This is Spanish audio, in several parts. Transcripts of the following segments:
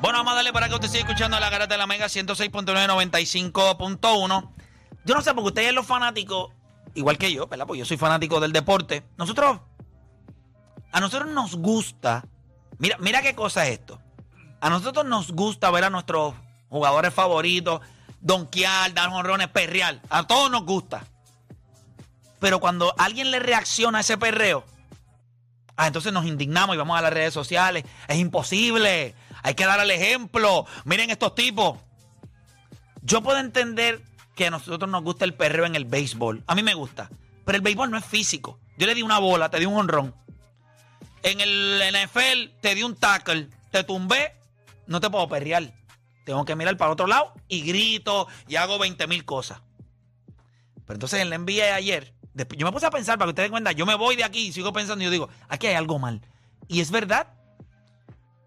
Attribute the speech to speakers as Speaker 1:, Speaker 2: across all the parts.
Speaker 1: Bueno, vamos a darle para que usted siga escuchando la garata de la Mega 106.995.1. Yo no sé, porque ustedes los fanáticos, igual que yo, ¿verdad? Pues yo soy fanático del deporte. Nosotros, a nosotros nos gusta, mira, mira qué cosa es esto. A nosotros nos gusta ver a nuestros jugadores favoritos, donkear, dar honrones, perrear. A todos nos gusta. Pero cuando alguien le reacciona a ese perreo, Ah, entonces nos indignamos y vamos a las redes sociales. Es imposible. Hay que dar el ejemplo. Miren estos tipos. Yo puedo entender que a nosotros nos gusta el perreo en el béisbol. A mí me gusta. Pero el béisbol no es físico. Yo le di una bola, te di un honrón. En el NFL te di un tackle, te tumbé, no te puedo perrear. Tengo que mirar para otro lado y grito y hago 20 mil cosas. Pero entonces en la NBA ayer, después- yo me puse a pensar para que ustedes den cuenta, yo me voy de aquí y sigo pensando y yo digo, aquí hay algo mal. Y es verdad.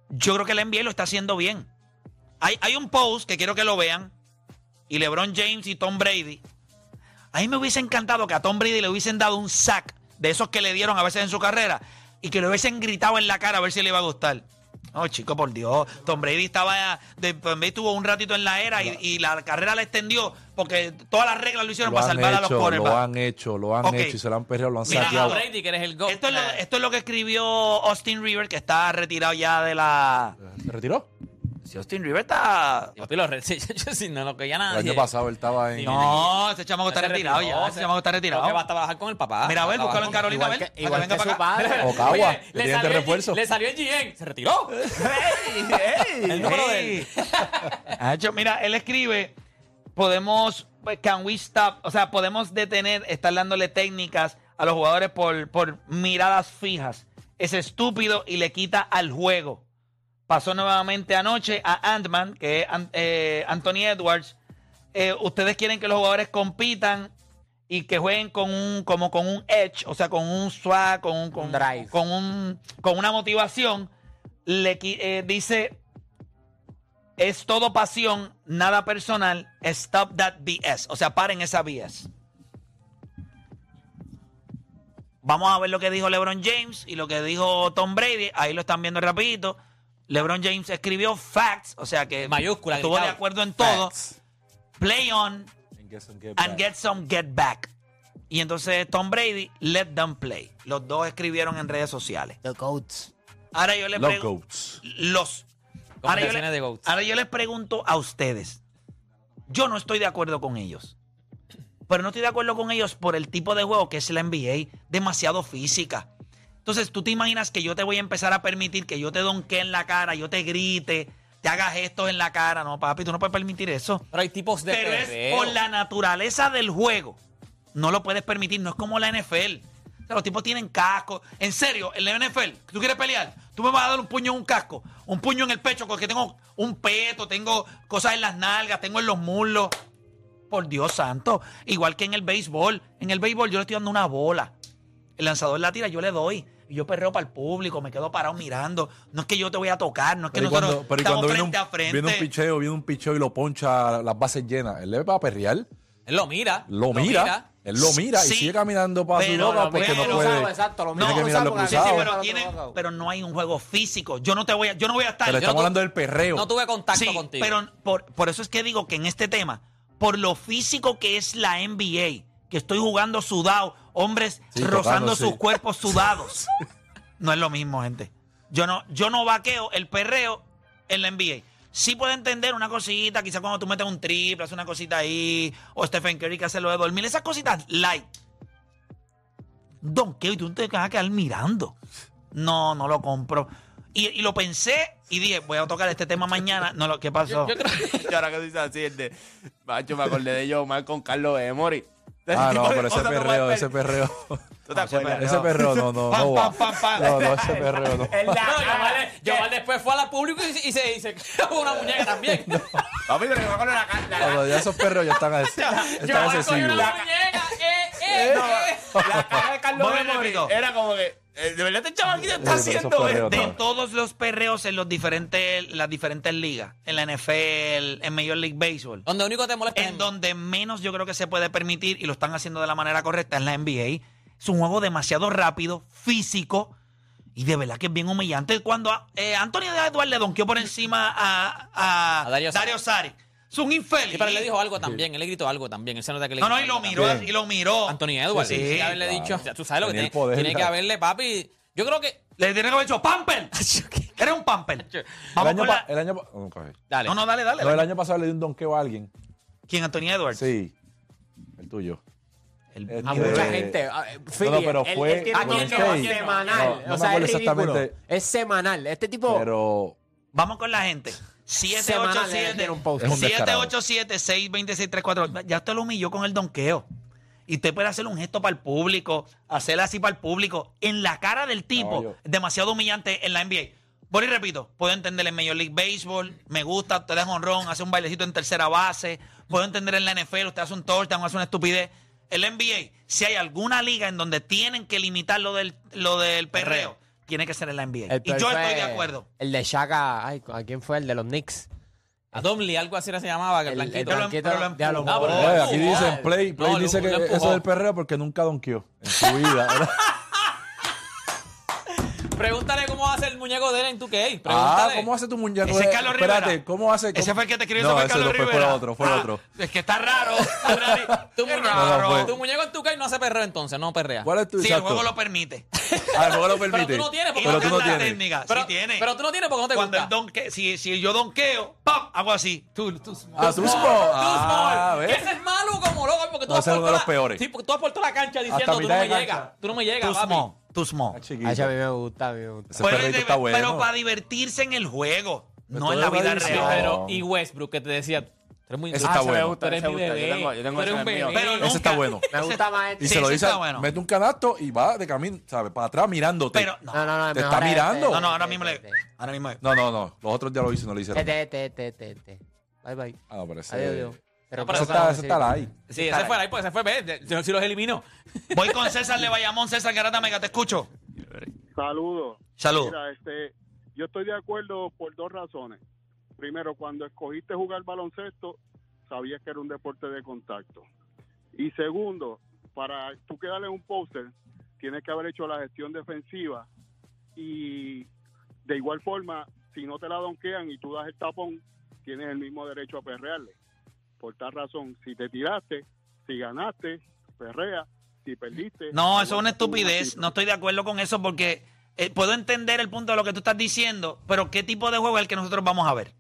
Speaker 1: Yo creo que la NBA lo está haciendo bien. Hay, hay un post que quiero que lo vean. Y LeBron James y Tom Brady. A mí me hubiese encantado que a Tom Brady le hubiesen dado un sack de esos que le dieron a veces en su carrera y que le hubiesen gritado en la cara a ver si le iba a gustar. Oh, chico, por Dios. Tom Brady estaba. de- Tom Brady tuvo un ratito en la era y, y la carrera la extendió porque todas las reglas lo hicieron
Speaker 2: Lo
Speaker 1: para
Speaker 2: han,
Speaker 1: salvar a los
Speaker 2: hecho, lo
Speaker 1: quarterbacks.
Speaker 2: han hecho, lo han
Speaker 1: Ok.
Speaker 2: hecho y se lo han perreado, lo han
Speaker 1: Mira,
Speaker 2: saqueado.
Speaker 1: ahora-
Speaker 3: Brady, que eres el GOAT. Eh,
Speaker 1: Esto es, lo, esto es lo que escribió Austin River, que está retirado ya de la.
Speaker 2: ¿Se retiró?
Speaker 1: Si Austin River está.
Speaker 3: Yo te lo re- sí, yo- yo sí, no lo creía
Speaker 2: El
Speaker 3: nadie.
Speaker 2: año pasado él estaba en.
Speaker 3: Sí,
Speaker 1: No, ese chamaco está
Speaker 3: Se
Speaker 1: retirado
Speaker 3: retiró,
Speaker 1: ya.
Speaker 3: se-
Speaker 1: Ese chamaco está
Speaker 3: Creo que va a
Speaker 1: retirado. Ah,
Speaker 3: trabajar con el papá.
Speaker 1: Mira, a ver,
Speaker 3: Va a
Speaker 1: búscalo en
Speaker 3: trabajar
Speaker 1: Carolina, a ver. para que
Speaker 4: igual
Speaker 1: venga
Speaker 4: que
Speaker 1: para
Speaker 4: su
Speaker 1: acá.
Speaker 4: padre.
Speaker 3: con-
Speaker 2: Ocawa,
Speaker 3: Oye,
Speaker 2: que
Speaker 3: le
Speaker 2: tiene
Speaker 3: salió,
Speaker 2: este
Speaker 3: el
Speaker 2: refuerzo.
Speaker 3: G- le salió el GM. Se retiró.
Speaker 1: Eh,
Speaker 3: El número de él.
Speaker 1: Hacho, mira, él escribe, podemos, pues, can we stop, o sea, podemos detener, estar dándole técnicas a los jugadores por, por miradas fijas. Es estúpido y le quita al juego. Pasó nuevamente anoche a Ant-Man, que es An- eh, Anthony Edwards. Eh, ustedes quieren que los jugadores compitan y que jueguen con un, como con un edge, o sea, con un swag, con un, con,
Speaker 4: Un drive.
Speaker 1: con un- con una motivación. Le, qui- eh, dice es todo pasión, nada personal. Stop that BS. O sea, paren esa BS. Vamos a ver lo que dijo LeBron James y lo que dijo Tom Brady. Ahí lo están viendo rapidito. LeBron James escribió facts, o sea que
Speaker 3: Mayúscula,
Speaker 1: estuvo
Speaker 3: gritado.
Speaker 1: de acuerdo en todo.
Speaker 2: Facts.
Speaker 1: Play on
Speaker 2: And get some get
Speaker 1: and
Speaker 2: back.
Speaker 1: get some get back. Y entonces Tom Brady, let them play. Los dos escribieron en redes sociales.
Speaker 4: The Goats.
Speaker 1: Ahora yo le
Speaker 2: Los
Speaker 1: pregunto
Speaker 2: goats.
Speaker 1: los. Ahora yo,
Speaker 3: Conversaciones
Speaker 1: le-
Speaker 3: de GOATs.
Speaker 1: ahora yo les pregunto a ustedes. Yo no estoy de acuerdo con ellos. Pero no estoy de acuerdo con ellos por el tipo de juego que es la NBA, demasiado física. Entonces, tú te imaginas que yo te voy a empezar a permitir que yo te donque en la cara, yo te grite, te haga gestos en la cara. No, papi, tú no puedes permitir eso.
Speaker 3: Pero hay tipos de
Speaker 1: Pero es
Speaker 3: perreo.
Speaker 1: por la naturaleza del juego. No lo puedes permitir. No es como la NFL. O sea, los tipos tienen casco. En serio, en la NFL, tú quieres pelear, tú me vas a dar un puño en un casco, un puño en el pecho, porque tengo un peto, tengo cosas en las nalgas, tengo en los muslos. Por Dios santo. Igual que en el béisbol. En el béisbol yo le estoy dando una bola. El lanzador la tira, yo le doy. Y yo perreo para el público, me quedo parado mirando. No es que yo te voy a tocar, no es que
Speaker 2: Pero y
Speaker 1: nosotros
Speaker 2: cuando, pero y
Speaker 1: estamos
Speaker 2: cuando viene,
Speaker 1: frente a
Speaker 2: un,
Speaker 1: frente.
Speaker 2: viene un picheo, viene un picheo y lo poncha las bases llenas, él le va a perrear,
Speaker 3: Él lo mira.
Speaker 2: lo, mira, él lo mira
Speaker 1: Sí,
Speaker 2: y sigue caminando para su
Speaker 1: pero
Speaker 2: boca
Speaker 1: lo
Speaker 2: porque
Speaker 1: mira
Speaker 2: no
Speaker 1: cruzado,
Speaker 2: puede.
Speaker 4: exacto, lo
Speaker 2: tiene
Speaker 1: mira
Speaker 2: que mirarlo
Speaker 4: cruzado,
Speaker 1: Sí, sí,
Speaker 2: cruzado.
Speaker 4: porque Sábado.
Speaker 1: pero,
Speaker 4: Sábado,
Speaker 1: tiene-
Speaker 4: sábado.
Speaker 1: pero no hay un juego físico. Yo no te voy a, yo no voy a estar.
Speaker 2: Pero
Speaker 1: yo no
Speaker 2: estamos hablando del perreo.
Speaker 3: No tuve contacto
Speaker 1: Sí,
Speaker 3: contigo.
Speaker 1: Pero por, por eso es que digo que en este tema, por lo físico que es la NBA, que estoy jugando sudado, hombres
Speaker 2: Sí,
Speaker 1: rozando
Speaker 2: tocando, sí.
Speaker 1: sus cuerpos sudados. no es lo mismo, gente. Yo no, yo no vaqueo el perreo en la NBA. Sí puedo entender una cosita, quizás cuando tú metes un triple, haces una cosita ahí, o Stephen Curry que hace lo de dormir, esas cositas light. Don Kevin, tú no te vas a quedar mirando. no, no lo compro. Y, y lo pensé y dije, voy a tocar este tema mañana. No, lo, ¿qué pasó?
Speaker 3: Yo creo- yo ahora que dices así, el de. Macho, me acordé de yo mal con Carlos de Mori.
Speaker 2: Ah,
Speaker 3: Ese
Speaker 2: no,
Speaker 3: tipo de
Speaker 2: pero ese
Speaker 3: cosas no
Speaker 2: perreo,
Speaker 3: puedes
Speaker 2: ese
Speaker 3: perder.
Speaker 2: perreo. Ah,
Speaker 3: ¿Tú te
Speaker 1: ese
Speaker 3: acuerdas?
Speaker 1: perreo.
Speaker 2: Ese perreo no, no, no va.
Speaker 1: Pam, pam, pam, pam.
Speaker 2: No, no, ese perreo no.
Speaker 3: En
Speaker 4: No,
Speaker 3: la
Speaker 4: Yamal,
Speaker 3: cara.
Speaker 4: Yamal después fue a la público y, y se, y se clavó una muñeca también.
Speaker 3: Papi, pero yo me acuerdo de la cara. la-
Speaker 2: Cuando ya esos perros ya están, ac- están
Speaker 4: Yamal cogió
Speaker 2: accesibles.
Speaker 4: una muñeca. Eh, eh, eh.
Speaker 3: La cara de Carlos
Speaker 1: Voy,
Speaker 3: de Mori
Speaker 1: Pepito.
Speaker 3: era como que. eh, De verdad, este chamaquito está
Speaker 2: Sí, pero eso
Speaker 3: haciendo
Speaker 2: fue real.
Speaker 3: esto.
Speaker 1: de
Speaker 2: no.
Speaker 1: todos los perreos en los diferentes, las diferentes ligas, en la NFL, en Major League Baseball,
Speaker 4: Donde único te molesta es
Speaker 1: en donde menos yo creo que se puede permitir y lo están haciendo de la manera correcta es la NBA. Es un juego demasiado rápido, físico y de verdad que es bien humillante. Cuando eh, Antonio de Eduardo le donqueó por encima a, a
Speaker 4: A
Speaker 1: Dario
Speaker 4: Dario Saric.
Speaker 1: Saric, es un infeliz.
Speaker 4: Sí, pero él le dijo algo también, él le gritó algo también. Él se nota que le
Speaker 1: no, no, y
Speaker 4: gritó
Speaker 1: lo
Speaker 4: algo
Speaker 1: miró,
Speaker 2: Bien.
Speaker 1: y lo miró.
Speaker 4: también. Anthony Edwards.
Speaker 1: Sí,
Speaker 4: Sí,
Speaker 1: sí.
Speaker 4: haberle
Speaker 2: claro.
Speaker 4: dicho. O sea, tú sabes lo que
Speaker 2: Tenía el
Speaker 4: tiene.
Speaker 2: poder,
Speaker 4: tiene que
Speaker 2: claro.
Speaker 4: haberle, papi. Yo creo que.
Speaker 1: Le tiene que haber dicho ¡Pamper! Era un Pamper.
Speaker 2: El
Speaker 1: Vamos
Speaker 2: año,
Speaker 1: con
Speaker 2: pa-
Speaker 1: la-
Speaker 2: el año pa- oh, ok.
Speaker 4: Dale.
Speaker 1: No, no, dale, dale.
Speaker 2: No, el año pasado le di un donqueo a alguien.
Speaker 1: ¿Quién, Anthony Edwards?
Speaker 2: Sí. El tuyo.
Speaker 1: El-
Speaker 2: Este,
Speaker 1: Ah,
Speaker 4: A mucha
Speaker 2: eh,
Speaker 4: gente. a-
Speaker 2: No, no,
Speaker 4: Philly,
Speaker 2: pero
Speaker 4: él- él
Speaker 2: fue
Speaker 4: tiene-
Speaker 2: Golden
Speaker 4: ¿A quién no? ¿A
Speaker 2: State.
Speaker 4: quién no?
Speaker 2: No, no me acuerdo exactamente,
Speaker 5: Es semanal. Este tipo
Speaker 1: Oh,
Speaker 2: pero
Speaker 1: Vamos con la gente.
Speaker 5: Semanal le dieron un post.
Speaker 2: Es un descarado.
Speaker 1: 787-626-348. Ya usted lo humilló con el donqueo. Y usted puede hacer un gesto para el público, hacer así para el público, en la cara del tipo.
Speaker 2: Caballo.
Speaker 1: Es demasiado humillante en la NBA. Bueno, y repito, puedo entender en Major League Baseball, me gusta, usted da honrón, hace un bailecito en tercera base. Puedo entender en la NFL, usted hace un touchdown, hace una estupidez. El NBA, si hay alguna liga en donde tienen que limitar lo del, lo del perreo, tiene que ser en la NBA.
Speaker 5: el
Speaker 1: y
Speaker 5: peor
Speaker 1: yo
Speaker 5: fue
Speaker 1: estoy de acuerdo.
Speaker 5: El de Shaka. Ay, ¿a quién fue? El de los Knicks.
Speaker 4: A Domley, algo así era se llamaba. que
Speaker 5: El, el
Speaker 4: blanquito.
Speaker 1: Pero lo-
Speaker 5: blanquito
Speaker 1: pero lo
Speaker 5: de a los
Speaker 1: empujó.
Speaker 4: Ah, pero
Speaker 5: Bulls.
Speaker 2: Oye, eh,
Speaker 4: lo
Speaker 2: aquí
Speaker 1: oh,
Speaker 4: empujó.
Speaker 2: dicen Play, Play
Speaker 4: No, lo-
Speaker 2: dice que
Speaker 4: lo empujó.
Speaker 2: eso del perreo porque nunca donqueó en su vida.
Speaker 4: Pregúntale cómo hace el muñeco de él en tu que
Speaker 2: ah,
Speaker 4: Pregúntale.
Speaker 2: ¿cómo hace tu muñeco?
Speaker 1: Ese es Carlos Rivera.
Speaker 2: Espérate, ¿cómo hace?
Speaker 1: Ese
Speaker 2: cómo-
Speaker 1: fue el que te escribió,
Speaker 2: no,
Speaker 1: ese fue
Speaker 2: ese
Speaker 1: Carlos
Speaker 2: no fue,
Speaker 1: Rivera.
Speaker 2: fue el otro, fue el
Speaker 1: Ah,
Speaker 2: otro.
Speaker 1: Es que está raro. Está raro.
Speaker 4: Tu
Speaker 1: Qué
Speaker 4: muñeco,
Speaker 1: raro. pues.
Speaker 2: fue-
Speaker 4: tu muñeco en tu no hace perreo entonces, no perrea.
Speaker 2: ¿Cuál es tu
Speaker 1: Sí, el
Speaker 2: exacto?
Speaker 1: juego lo permite.
Speaker 2: Ah, el juego lo
Speaker 4: Pero
Speaker 2: permite.
Speaker 4: tú no tienes porque
Speaker 2: Pero
Speaker 4: no
Speaker 2: tú no
Speaker 4: tienes la
Speaker 2: tienes.
Speaker 1: técnica. Sí
Speaker 4: Pero,
Speaker 1: tiene.
Speaker 4: pero tú no tienes porque no te
Speaker 1: Cuando el
Speaker 4: gusta.
Speaker 1: donque, si, si yo donqueo, ¡pam! Hago así. Tú, tú,
Speaker 2: Ah, tú
Speaker 4: Small,
Speaker 2: small.
Speaker 4: tú
Speaker 2: Ah,
Speaker 4: small.
Speaker 2: ¿ves?
Speaker 4: Ese es malo como loco porque tú
Speaker 2: No,
Speaker 4: has
Speaker 2: ese es uno
Speaker 4: puesto
Speaker 2: de los
Speaker 4: la-
Speaker 2: peores.
Speaker 4: Sí, porque tú has puesto la cancha
Speaker 2: Hasta
Speaker 4: diciendo tú no
Speaker 2: mitad
Speaker 4: me
Speaker 2: de cancha.
Speaker 4: llegas. Tú no me llegas,
Speaker 1: tú
Speaker 4: papi.
Speaker 1: small. Tú small.
Speaker 2: Ah, chiquito.
Speaker 5: Ay, a mí me gusta, a mí me gusta.
Speaker 2: Ese
Speaker 1: Pero,
Speaker 2: perrito está bueno.
Speaker 1: pero para divertirse en el juego,
Speaker 2: Pero
Speaker 1: no
Speaker 2: tú
Speaker 1: en
Speaker 2: lo
Speaker 1: la vida
Speaker 2: dices.
Speaker 4: Sí,
Speaker 1: real.
Speaker 4: Pero y Westbrook que te decía, tú eres muy
Speaker 2: Ese
Speaker 4: Ah,
Speaker 2: está
Speaker 4: ese
Speaker 3: Me
Speaker 2: bueno.
Speaker 3: gusta,
Speaker 4: Tú eres
Speaker 3: ese
Speaker 4: mi
Speaker 3: gusta. Yo
Speaker 4: bebé.
Speaker 3: tengo, yo tengo
Speaker 4: Tú eres
Speaker 3: ese
Speaker 4: un
Speaker 3: en el mío.
Speaker 4: bebé.
Speaker 1: Pero
Speaker 2: Ese está
Speaker 1: nunca-
Speaker 2: bueno.
Speaker 5: Me gusta más
Speaker 2: Y
Speaker 5: este.
Speaker 1: Sí,
Speaker 2: se lo
Speaker 1: ese
Speaker 2: dice,
Speaker 1: está bueno.
Speaker 2: mete un canasto y va de camino, ¿sabes? Para atrás mirándote.
Speaker 1: Pero, no.
Speaker 5: No, no, no.
Speaker 2: Te
Speaker 5: mejor
Speaker 2: está
Speaker 5: este,
Speaker 2: mirando.
Speaker 1: No, no, ahora
Speaker 5: este,
Speaker 1: mismo le.
Speaker 5: este,
Speaker 1: Ahora mismo le-
Speaker 2: No, no, no. Los otros ya lo hizo y no lo hicieron.
Speaker 5: Este, este, este, este, este. Bye, bye.
Speaker 2: Ah, no, pero ese...
Speaker 5: Adiós, adiós.
Speaker 4: No, pero
Speaker 2: Ese
Speaker 4: eso
Speaker 2: está, ese está ahí.
Speaker 4: Sí, ese fue ahí, pues ese fue, ve, yo sí los elimino.
Speaker 1: Voy con César Le Bayamón, César Garata Mega, te escucho.
Speaker 6: Saludos.
Speaker 1: Saludos.
Speaker 6: Mira, este, yo estoy de acuerdo por dos razones. Primero, cuando escogiste jugar baloncesto, sabías que era un deporte de contacto. Y segundo, para tú quedarle un póster, tienes que haber hecho la gestión defensiva y de igual forma, si no te la donquean y tú das el tapón, tienes el mismo derecho a perrearle. Por tal razón, si te tiraste, si ganaste, perrea, si perdiste...
Speaker 1: No, eso es una
Speaker 6: aguantas tú
Speaker 1: estupidez.
Speaker 6: tira.
Speaker 1: No estoy de acuerdo con eso porque eh, puedo entender el punto de lo que tú estás diciendo, pero ¿qué tipo de juego es el que nosotros vamos a ver?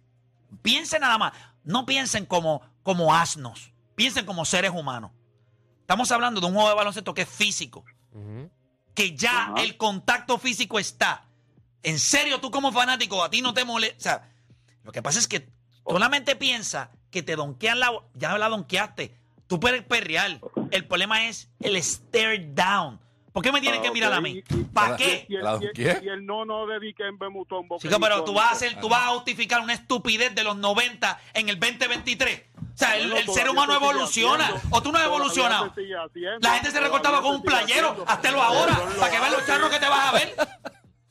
Speaker 1: Piensen nada más. No piensen como, como asnos. Piensen como seres humanos. Estamos hablando de un juego de baloncesto que es físico,
Speaker 5: Ujú.
Speaker 1: que ya
Speaker 6: Ajá.
Speaker 1: el contacto físico está. En serio, tú como fanático, a ti no te molesta. O sea, lo que pasa es que solamente piensa que te donkean la. bo- Ya la donkeaste. Tú puedes perrear. El problema es el stare down. ¿Por qué me tienes
Speaker 6: Ah,
Speaker 1: que mirar a
Speaker 6: ok.
Speaker 1: mí? ¿Para
Speaker 2: Para-
Speaker 1: qué?
Speaker 6: Y el,
Speaker 2: ¿La
Speaker 6: y el-
Speaker 2: qué?
Speaker 6: y el no no dedique en Bemutombo. que
Speaker 1: Chico, pero
Speaker 6: hizo
Speaker 1: tú vas a
Speaker 6: antes.
Speaker 1: hacer, tú vas a justificar una estupidez de los 90 en el 2023. O sea, el,
Speaker 6: Bueno,
Speaker 1: el ser
Speaker 6: todavía
Speaker 1: humano
Speaker 6: se sigue
Speaker 1: evoluciona.
Speaker 6: haciendo,
Speaker 1: O tú no has
Speaker 6: todavía
Speaker 1: evolucionado.
Speaker 6: se sigue haciendo,
Speaker 1: La gente se
Speaker 6: todavía
Speaker 1: recortaba con
Speaker 6: se
Speaker 1: un
Speaker 6: sigue
Speaker 1: playero.
Speaker 6: haciendo.
Speaker 1: Hazlo
Speaker 6: Pero
Speaker 1: ahora.
Speaker 6: él lo
Speaker 1: Para que veas los
Speaker 6: hace.
Speaker 1: charros que te vas a ver.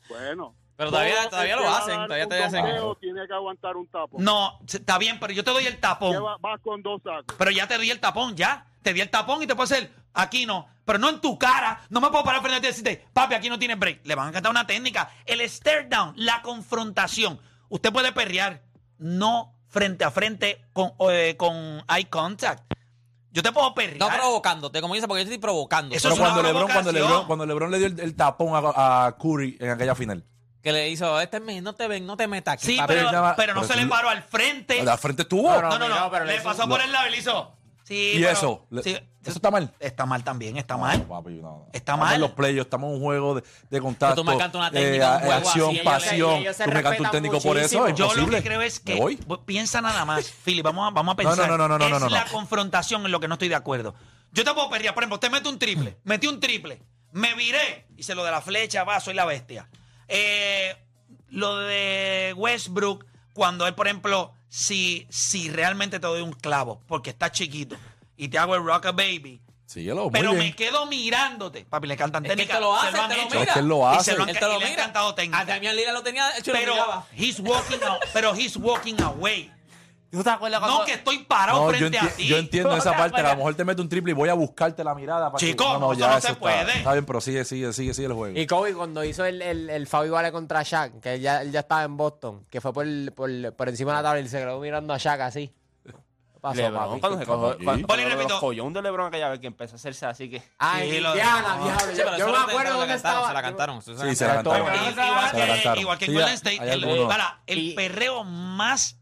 Speaker 6: Bueno.
Speaker 4: Pero todavía-
Speaker 6: Todo
Speaker 4: todavía
Speaker 6: el
Speaker 4: lo
Speaker 6: que va a
Speaker 4: hacen,
Speaker 6: dar
Speaker 4: todavía
Speaker 6: un
Speaker 4: te hacen.
Speaker 6: donqueo Tiene que aguantar un tapón.
Speaker 1: No, se- está bien, pero yo te doy el tapón.
Speaker 6: Lleva- vas con dos sacos.
Speaker 1: Pero ya te di el tapón, ya. Te di el tapón y te puedo hacer, aquí no. Pero no en tu cara. No me puedo parar frente a ti y decirte, papi, aquí no tienes break. Le van a cantar una técnica. El stare down, la confrontación. Usted puede perrear, no frente a frente con, eh, con eye contact. Yo te puedo perrear.
Speaker 4: No provocándote, como dice, porque yo te estoy provocando.
Speaker 1: Eso
Speaker 2: Pero
Speaker 1: es una
Speaker 2: cuando LeBron, cuando
Speaker 1: provocación.
Speaker 2: LeBron, cuando LeBron le dio el, el tapón a, a Curry en aquella final.
Speaker 4: Que le hizo, este es mío, no te ven, no te metas aquí.
Speaker 1: sí,
Speaker 4: papi".
Speaker 1: pero,
Speaker 2: Pero ya va-
Speaker 1: pero no
Speaker 2: pero
Speaker 1: se le
Speaker 2: tú-
Speaker 1: paró al frente.
Speaker 2: La frente estuvo.
Speaker 1: No, no, no.
Speaker 5: No, pero
Speaker 1: le
Speaker 5: le hizo-
Speaker 1: pasó por el lado y le hizo. Sí,
Speaker 2: ¿Y
Speaker 1: pero-
Speaker 2: eso? Le-
Speaker 1: sí,
Speaker 2: Eso está mal.
Speaker 1: Está mal también, está mal.
Speaker 2: No, papi, no, no.
Speaker 1: Está
Speaker 2: Estamos
Speaker 1: mal.
Speaker 2: en los playos, estamos en un juego de, de contacto. eh,
Speaker 4: Tú me cantas una técnica, un juego
Speaker 2: acción,
Speaker 4: así, ellos-
Speaker 2: pasión.
Speaker 5: ellos se
Speaker 2: tú me cantas un
Speaker 5: respetan
Speaker 2: técnico por eso.
Speaker 5: muchísimo.
Speaker 2: es
Speaker 1: Yo lo
Speaker 2: imposible.
Speaker 1: que creo es que
Speaker 2: Me voy.
Speaker 1: bu- piensa nada más, Philly, vamos a, vamos a pensar.
Speaker 2: no, no, no, no,
Speaker 1: es
Speaker 2: no, no.
Speaker 1: la confrontación en lo que no estoy de acuerdo. Yo te puedo perrear, por ejemplo, usted mete un triple, metí un triple, me viré, hice lo de la flecha, va, soy la bestia. Eh, lo de Westbrook, cuando él, por ejemplo, si, si realmente te doy un clavo, porque estás chiquito, y te hago el rock a baby,
Speaker 2: Síguelo, Oh, muy
Speaker 1: pero
Speaker 2: bien.
Speaker 1: me quedo mirándote. Papi, le cantan
Speaker 4: Es que
Speaker 1: técnicas,
Speaker 4: te lo
Speaker 1: se
Speaker 4: hace,
Speaker 1: han
Speaker 4: te lo
Speaker 1: hecho.
Speaker 2: Es que él
Speaker 4: mira.
Speaker 2: lo
Speaker 1: Y se
Speaker 2: hace.
Speaker 1: lo han
Speaker 4: Él te lo
Speaker 1: y le han
Speaker 4: mira.
Speaker 1: cantado técnicas.
Speaker 4: A Damián Lira lo tenía hecho y lo
Speaker 1: Pero
Speaker 4: miraba.
Speaker 1: he's walking out, pero he's walking away.
Speaker 3: ¿Tú te acuerdas cuando-
Speaker 1: No que estoy parado
Speaker 2: No, yo,
Speaker 1: frente a
Speaker 2: enti-
Speaker 1: ti.
Speaker 2: yo entiendo esa parte. A lo mejor te meto un triple y voy a buscarte la mirada. Para que-
Speaker 1: Chico,
Speaker 2: no, no,
Speaker 1: eso
Speaker 2: ya
Speaker 1: no
Speaker 2: eso
Speaker 1: se
Speaker 2: está-
Speaker 1: puede.
Speaker 2: Está bien, pero sigue, sigue, sigue, sigue el juego.
Speaker 5: Y Kobe cuando hizo el, el, el Fabi Vale contra Shaq, que él ya, él ya estaba en Boston, que fue por, por, por encima de la tabla y se quedó mirando a Shaq así. ¿Qué pasó,
Speaker 3: Lebron,
Speaker 5: papi?
Speaker 3: cuando se cojo,
Speaker 2: aquí.
Speaker 3: cuando,
Speaker 1: Vuelvo y
Speaker 3: cuando
Speaker 1: repito.
Speaker 3: los collón de Lebron aquella vez que empezó a hacerse así que...
Speaker 5: Ah, en
Speaker 1: Sí, lo-
Speaker 5: Indiana,
Speaker 1: no.
Speaker 5: diablo.
Speaker 4: Sí,
Speaker 5: Yo,
Speaker 4: pero
Speaker 5: yo
Speaker 4: eso
Speaker 5: me
Speaker 4: lo cantaron, la
Speaker 5: acuerdo dónde
Speaker 4: cantaron,
Speaker 5: estaba.
Speaker 4: Se la cantaron. eso
Speaker 2: Sí, se
Speaker 4: cantaron.
Speaker 2: la cantaron.
Speaker 5: Pero-
Speaker 1: Y- igual,
Speaker 2: Se la
Speaker 1: que,
Speaker 2: cantaron.
Speaker 1: igual que en
Speaker 2: Sí,
Speaker 1: Golden
Speaker 2: hay
Speaker 1: State, el,
Speaker 2: algunos.
Speaker 1: para, el
Speaker 5: Y-
Speaker 1: perreo más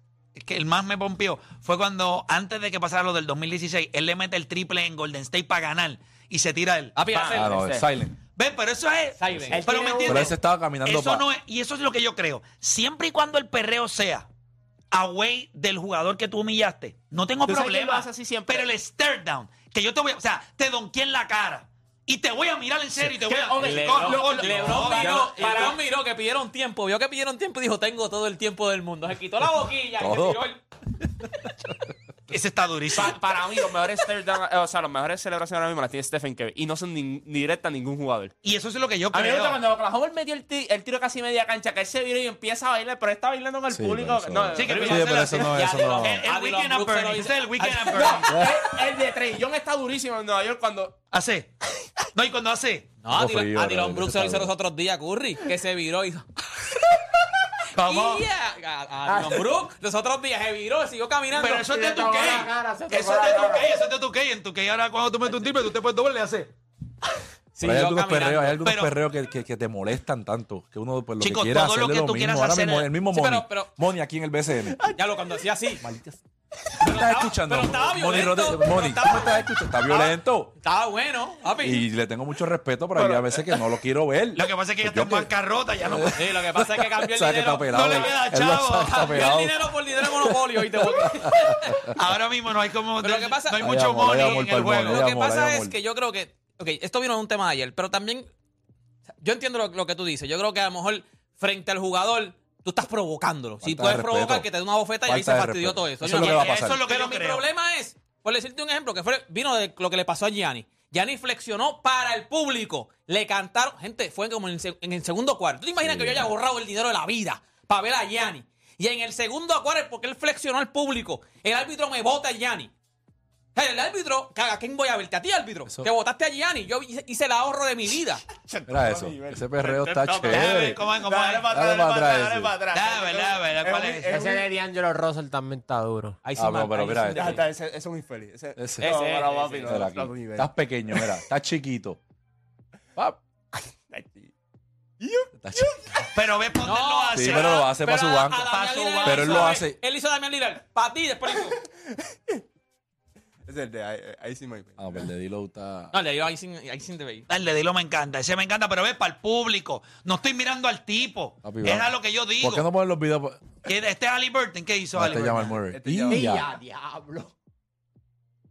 Speaker 1: que el más me pompió fue cuando antes de que pasara lo del 2016, él le mete el triple en Golden State para ganar y se tira él.
Speaker 4: Papi, hace-
Speaker 2: Ah, no,
Speaker 3: ese.
Speaker 2: silent.
Speaker 1: Ven, pero eso es.
Speaker 4: Silent.
Speaker 5: Él
Speaker 1: Pero
Speaker 5: tiene
Speaker 1: me
Speaker 5: un-
Speaker 1: entiendes.
Speaker 2: Pero ese estaba caminando
Speaker 1: Eso
Speaker 2: pa-
Speaker 1: no es, y eso es lo que yo creo. Siempre y cuando el perreo sea away del jugador que tú humillaste, no tengo
Speaker 3: ¿Tú sabes quién
Speaker 1: problema.
Speaker 3: lo hace así siempre?
Speaker 1: Pero el stare down, que yo te voy a, o sea, te donqué en la cara y te voy a mirar en serio y te voy a
Speaker 4: Lebron,
Speaker 1: Lo- lo-
Speaker 4: Lebron
Speaker 1: lo-
Speaker 4: miró,
Speaker 1: lo-
Speaker 4: Lebron miró que pidieron tiempo, vio que pidieron tiempo y dijo, tengo todo el tiempo del mundo. Se quitó la boquilla y se
Speaker 2: Todo.
Speaker 4: tiró el...
Speaker 1: Ese está durísimo.
Speaker 3: Pa- para mí, los mejores, stare down- eh, o sea, los mejores celebraciones ahora mismo las tiene Stephen Curry y no son ni, ni directas a ningún jugador.
Speaker 1: Y eso es lo que yo
Speaker 3: A mí me gusta
Speaker 1: creo.
Speaker 3: cuando Oklahoma metió el, ti- el tiro casi media cancha, que él se vio y empieza a bailar, pero está bailando con el
Speaker 2: Sí,
Speaker 3: público.
Speaker 2: pero eso-
Speaker 3: No,
Speaker 1: Sí, que
Speaker 3: pero-
Speaker 1: tú
Speaker 2: Sí,
Speaker 1: haces
Speaker 2: pero
Speaker 1: así.
Speaker 2: eso no es, eso no.
Speaker 1: El, el
Speaker 4: A Dylan
Speaker 1: weekend at
Speaker 4: Brooks se lo
Speaker 1: Bernie,
Speaker 4: hizo.
Speaker 1: ese es el weekend at
Speaker 3: No,
Speaker 1: Bernie.
Speaker 3: el, el de Trey Young está durísimo en Nueva York cuando...
Speaker 1: Hace. No, y cuando hace.
Speaker 4: No, a
Speaker 2: Tengo frío,
Speaker 4: Dylan- a Dylan
Speaker 2: brother,
Speaker 4: Brooks se
Speaker 2: eso
Speaker 4: lo
Speaker 2: está
Speaker 4: hizo los otros días, Curry, que se viró y hizo...
Speaker 1: ¿Cómo?
Speaker 4: Yeah. A, a
Speaker 2: Ah.
Speaker 4: Dylan Brooks los otros días se viró, siguió caminando.
Speaker 1: Pero eso es
Speaker 5: Se
Speaker 1: de
Speaker 5: tocó
Speaker 1: tu
Speaker 5: la cara, se
Speaker 1: Eso
Speaker 5: tocó
Speaker 1: es
Speaker 5: la
Speaker 1: de tu
Speaker 5: cara.
Speaker 1: Eso es de tu En tu ahora cuando tú metes un triple, tú te puedes doble y haces.
Speaker 2: Pero hay
Speaker 4: Siguió
Speaker 2: algunos
Speaker 4: caminando.
Speaker 2: perreos, hay algunos
Speaker 1: Pero-
Speaker 2: perreos que, que, que te molestan tanto que uno pues, lo
Speaker 1: Chicos,
Speaker 2: que quiera
Speaker 1: todo
Speaker 2: hacerle
Speaker 1: lo
Speaker 2: lo,
Speaker 1: que tú
Speaker 2: mismo.
Speaker 1: quieras
Speaker 2: Ahora
Speaker 1: hacer
Speaker 2: mismo,
Speaker 1: es-
Speaker 2: el mismo
Speaker 4: Sí,
Speaker 2: Moni.
Speaker 4: pero- pero-
Speaker 2: Moni aquí en el BCN.
Speaker 4: Ya lo cuando hacía así.
Speaker 2: ¿Tú me estás escuchando?
Speaker 4: pero estaba
Speaker 2: Moni,
Speaker 4: violento,
Speaker 2: Rodríguez-
Speaker 4: pero
Speaker 2: Moni,
Speaker 4: estaba-
Speaker 2: ¿tú me estás escuchando? Está violento.
Speaker 4: Estaba bueno, papi.
Speaker 2: Y le tengo mucho respeto, pero hay a veces que no lo quiero ver.
Speaker 1: Lo que pasa es
Speaker 2: Pues
Speaker 1: que ya está en bancarrota, ya no.
Speaker 4: Sí, lo que pasa es que cambió
Speaker 2: O
Speaker 4: el
Speaker 2: sea, que está
Speaker 4: dinero.
Speaker 2: pelado.
Speaker 1: no le
Speaker 2: él-
Speaker 1: queda
Speaker 2: él lo
Speaker 1: chavo.
Speaker 2: sabe, está
Speaker 4: cambió
Speaker 2: pelado.
Speaker 4: el dinero por dinero de monopolio. Y te
Speaker 1: Ahora mismo no hay como.
Speaker 4: Pero lo que pasa-
Speaker 1: no hay
Speaker 4: Hay
Speaker 1: mucho
Speaker 2: amor, hay
Speaker 1: money
Speaker 2: amor
Speaker 1: en el
Speaker 2: pa'l
Speaker 1: juego.
Speaker 2: money.
Speaker 4: lo que
Speaker 2: amor,
Speaker 4: pasa
Speaker 2: hay
Speaker 4: es
Speaker 2: amor.
Speaker 4: que yo creo que. Ok, esto vino en un tema ayer, pero también. Yo entiendo lo, lo que tú dices. Yo creo que a lo mejor frente al jugador tú estás provocándolo. si
Speaker 2: Falta
Speaker 4: puedes
Speaker 2: de
Speaker 4: provocar
Speaker 2: respeto.
Speaker 4: que te dé una bofeta y ahí se
Speaker 2: Falta de
Speaker 4: fastidió
Speaker 2: respeto.
Speaker 4: todo
Speaker 2: Eso
Speaker 4: eso.
Speaker 2: es
Speaker 4: Yo
Speaker 2: lo que
Speaker 4: no-
Speaker 2: va a pasar.
Speaker 1: Eso es lo que
Speaker 4: pero
Speaker 1: yo
Speaker 4: mi
Speaker 1: creo.
Speaker 4: problema es, por decirte un ejemplo, que fue, vino de lo que le pasó a Gianni. Gianni flexionó para el público. Le cantaron, gente, fue como en el, se- en el segundo cuarto. ¿Tú te imaginas que yo haya borrado el dinero de la vida para ver a Gianni? Y en el segundo cuarto, porque él flexionó al público, el árbitro me bota a Gianni. Hey, El árbitro, caga, ¿quién voy a verte? A ti, árbitro.
Speaker 2: Eso-
Speaker 4: Que votaste a Gianni. Yo hice- hice el ahorro de mi vida.
Speaker 2: Mira eso. Ese perreo está
Speaker 1: Déjame ver
Speaker 2: chévere.
Speaker 1: cómo es, cómo
Speaker 3: Dale
Speaker 1: es.
Speaker 3: para
Speaker 2: Dale
Speaker 3: atrás,
Speaker 2: para
Speaker 3: dale para
Speaker 2: atrás,
Speaker 3: atrás, dale para atrás.
Speaker 1: Dale, dale, dale, ¿cuál es?
Speaker 5: Ese de D'Angelo Russell también está duro.
Speaker 4: Ahí sí,
Speaker 2: Ah,
Speaker 4: man,
Speaker 2: no, pero
Speaker 4: ahí
Speaker 2: mira
Speaker 4: sí,
Speaker 2: este.
Speaker 4: man.
Speaker 3: Ese- ese es un infeliz. Ese,
Speaker 2: Ese.
Speaker 3: no,
Speaker 4: Ese,
Speaker 3: para,
Speaker 4: ese,
Speaker 3: papi,
Speaker 4: ese.
Speaker 3: no,
Speaker 2: Mira aquí.
Speaker 3: otro nivel.
Speaker 2: Estás pequeño, mira. Estás chiquito. Pap. Estás chiquito.
Speaker 1: Pero ves, ponte
Speaker 4: No,
Speaker 1: lo hace.
Speaker 2: Sí, pero lo hace para su
Speaker 4: a-
Speaker 2: banco.
Speaker 4: a Damián
Speaker 1: Pa' su
Speaker 4: Lillard
Speaker 1: banco.
Speaker 2: Pero él lo
Speaker 4: hizo-
Speaker 2: hace-
Speaker 4: Él hizo a Damián Lillard. Para ti, después. le hizo-
Speaker 3: Ese es el de ahí- ahí sí me
Speaker 2: Ah, pero el de Dilo está.
Speaker 4: No, le dio ahí sin, ahí sin debate.
Speaker 1: Dale, dilo, me encanta. Ese me encanta, pero ves, para el público. No estoy mirando al tipo.
Speaker 2: Papi,
Speaker 1: es
Speaker 2: vamos.
Speaker 1: a lo que yo digo.
Speaker 2: ¿Por qué no ponen los videos? pa-
Speaker 1: Que Este Halliburton, ¿qué hizo
Speaker 2: Ah, Este llama el
Speaker 1: Halliburton?
Speaker 2: Murray.
Speaker 3: Este llama-
Speaker 2: Y ya.
Speaker 5: diablo!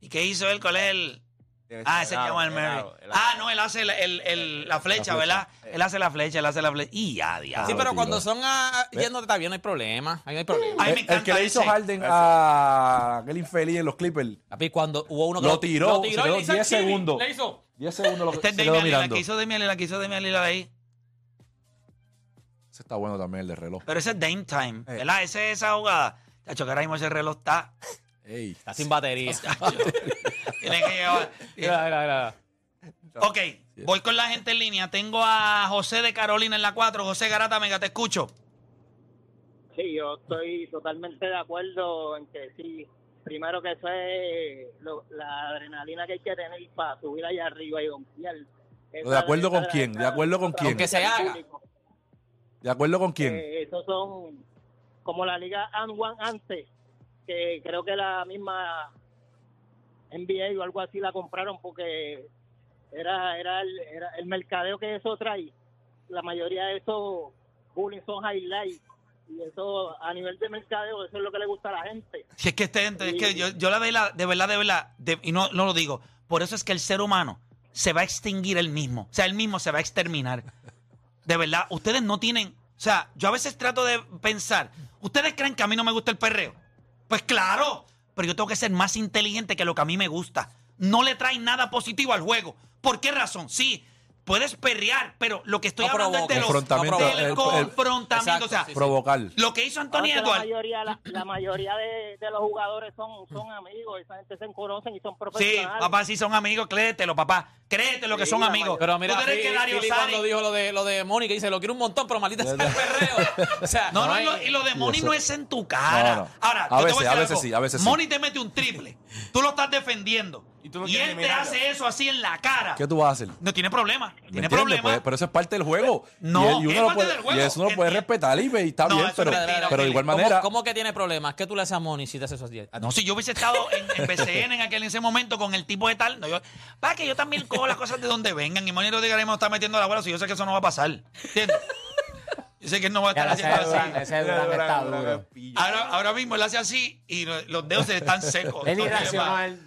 Speaker 1: ¿Y qué hizo él? ¿Cuál es el...?
Speaker 3: Este
Speaker 1: Ah, ese es Jamal Murray. Ah, no, él hace el- el- el- la flecha,
Speaker 2: flecha.
Speaker 1: ¿verdad? Él hace la flecha, él hace la flecha. Y ya, diablo.
Speaker 4: Sí, pero
Speaker 2: tío.
Speaker 4: cuando son ah, a, yéndote está bien, no hay problema. Ahí no hay problema.
Speaker 1: Ay, me
Speaker 2: El- El que
Speaker 1: encanta
Speaker 2: le hizo
Speaker 1: ese.
Speaker 2: Harden a aquel infeliz en los Clippers.
Speaker 4: Papi, cuando hubo uno que
Speaker 2: Lo tiró,
Speaker 4: lo
Speaker 2: se
Speaker 4: y
Speaker 2: quedó
Speaker 4: le hizo el
Speaker 2: 10
Speaker 4: chiri,
Speaker 2: segundos.
Speaker 4: Le hizo.
Speaker 2: 10 segundos lo
Speaker 1: Este
Speaker 2: que
Speaker 1: es
Speaker 2: se quedó
Speaker 1: Damian Lillard,
Speaker 2: mirando.
Speaker 1: que hizo Damian Lillard, que hizo Damian Lillard ahí.
Speaker 2: Ese está bueno también, el de reloj.
Speaker 1: Pero ese es Dame Time,
Speaker 2: Eh.
Speaker 1: ¿verdad? Esa es esa jugada. Chacho, que ahora mismo ese reloj está...
Speaker 2: Ey.
Speaker 4: Está sin batería.
Speaker 1: Tiene que llevar...
Speaker 4: Mira, mira, mira.
Speaker 1: Ok, voy con la gente en línea. Tengo a José de Carolina en la 4. José Garata, venga, te escucho.
Speaker 7: Sí, yo estoy totalmente de acuerdo en que sí. Primero que eso es lo- la adrenalina que hay que tener para subir allá arriba y confiar.
Speaker 2: ¿De acuerdo con quién? ¿De acuerdo con quién?
Speaker 4: Aunque se haga.
Speaker 2: ¿De acuerdo con quién?
Speaker 7: Eh, esos son como la liga Anwan antes, que creo que la misma NBA o algo así la compraron porque era, era, el, era el mercadeo que eso trae. La mayoría de esos bullying son highlights. Y eso, a nivel de mercadeo, eso es lo que le gusta a la gente.
Speaker 1: Si es que este gente, es que yo, yo la veo la- de verdad, de verdad, de- y no, no lo digo. Por eso es que el ser humano se va a extinguir él mismo. O sea, él mismo se va a exterminar. De verdad, ustedes no tienen. O sea, yo a veces trato de pensar, ¿ustedes creen que a mí no me gusta el perreo? Pues claro, pero yo tengo que ser más inteligente que lo que a mí me gusta. No le traen nada positivo al juego. ¿Por qué razón? Sí, puedes perrear, pero lo que estoy
Speaker 4: No
Speaker 1: hablando
Speaker 4: provoques.
Speaker 1: es de los
Speaker 2: Confrontamiento,
Speaker 1: del
Speaker 2: el- el-
Speaker 1: confrontamiento. o sea,
Speaker 4: Exacto, sí, sí.
Speaker 2: Provocar.
Speaker 1: lo que hizo Antonio
Speaker 7: Ahora que la
Speaker 1: Eduardo.
Speaker 7: mayoría, la, la mayoría de, de los jugadores son, son amigos, esa gente se conocen y son
Speaker 1: Sí,
Speaker 7: profesionales.
Speaker 1: papá, sí son amigos, créetelo, papá. Créete lo que
Speaker 7: Sí,
Speaker 1: son
Speaker 7: la
Speaker 1: amigos.
Speaker 4: Pero mira,
Speaker 1: ¿Tú crees que
Speaker 4: Fili-
Speaker 1: Dario
Speaker 4: Fili
Speaker 1: Sari-
Speaker 4: cuando dijo lo de, lo de Mónica, dice, lo quiero un montón, pero maldita sea el perreo. O sea,
Speaker 1: No, no, y
Speaker 4: hay-
Speaker 1: lo, y lo de Moni
Speaker 2: eso-
Speaker 1: no es en tu cara.
Speaker 2: No, no.
Speaker 1: Ahora,
Speaker 2: A
Speaker 1: yo te voy
Speaker 2: veces,
Speaker 1: decir
Speaker 2: a veces
Speaker 1: algo.
Speaker 2: sí, a veces sí.
Speaker 1: Moni te mete un triple. Tú lo estás defendiendo. Y,
Speaker 3: Y tú no quieres
Speaker 1: él
Speaker 3: ni
Speaker 1: te
Speaker 3: mirarlo.
Speaker 1: hace eso así en la cara.
Speaker 2: ¿Qué tú vas a hacer?
Speaker 1: No tiene problema.
Speaker 2: ¿Me
Speaker 1: Tiene
Speaker 2: entiendes?
Speaker 1: problema.
Speaker 2: Pues, pero eso es parte del juego.
Speaker 1: No, es
Speaker 2: y, y uno lo
Speaker 1: parte
Speaker 2: puede,
Speaker 1: del juego.
Speaker 2: y eso uno lo puede
Speaker 1: Entiendo.
Speaker 2: respetar y, y está
Speaker 1: No,
Speaker 2: bien,
Speaker 1: eso
Speaker 2: pero,
Speaker 1: es mentira,
Speaker 2: pero
Speaker 1: Fili.
Speaker 2: de igual
Speaker 4: ¿Cómo,
Speaker 2: manera.
Speaker 4: ¿Cómo que tiene problemas? ¿Qué tú le haces a Moni si te hace esos 10?
Speaker 1: No, si yo hubiese estado en, en BCN en aquel en ese momento con el tipo de tal, no, yo, para que yo también cojo las cosas de donde vengan y Moni Rodríguez ahora mismo está metiendo la bola, si yo sé que eso no va a pasar. ¿Entiendes? Yo sé que él no va a estar
Speaker 5: Ya, ese
Speaker 1: haciendo
Speaker 5: Durán-
Speaker 1: así.
Speaker 5: ese Durán está duro.
Speaker 1: Ahora, ahora mismo él hace así y lo- los dedos se están secos.
Speaker 5: Es
Speaker 1: Entonces, va.
Speaker 5: irracional.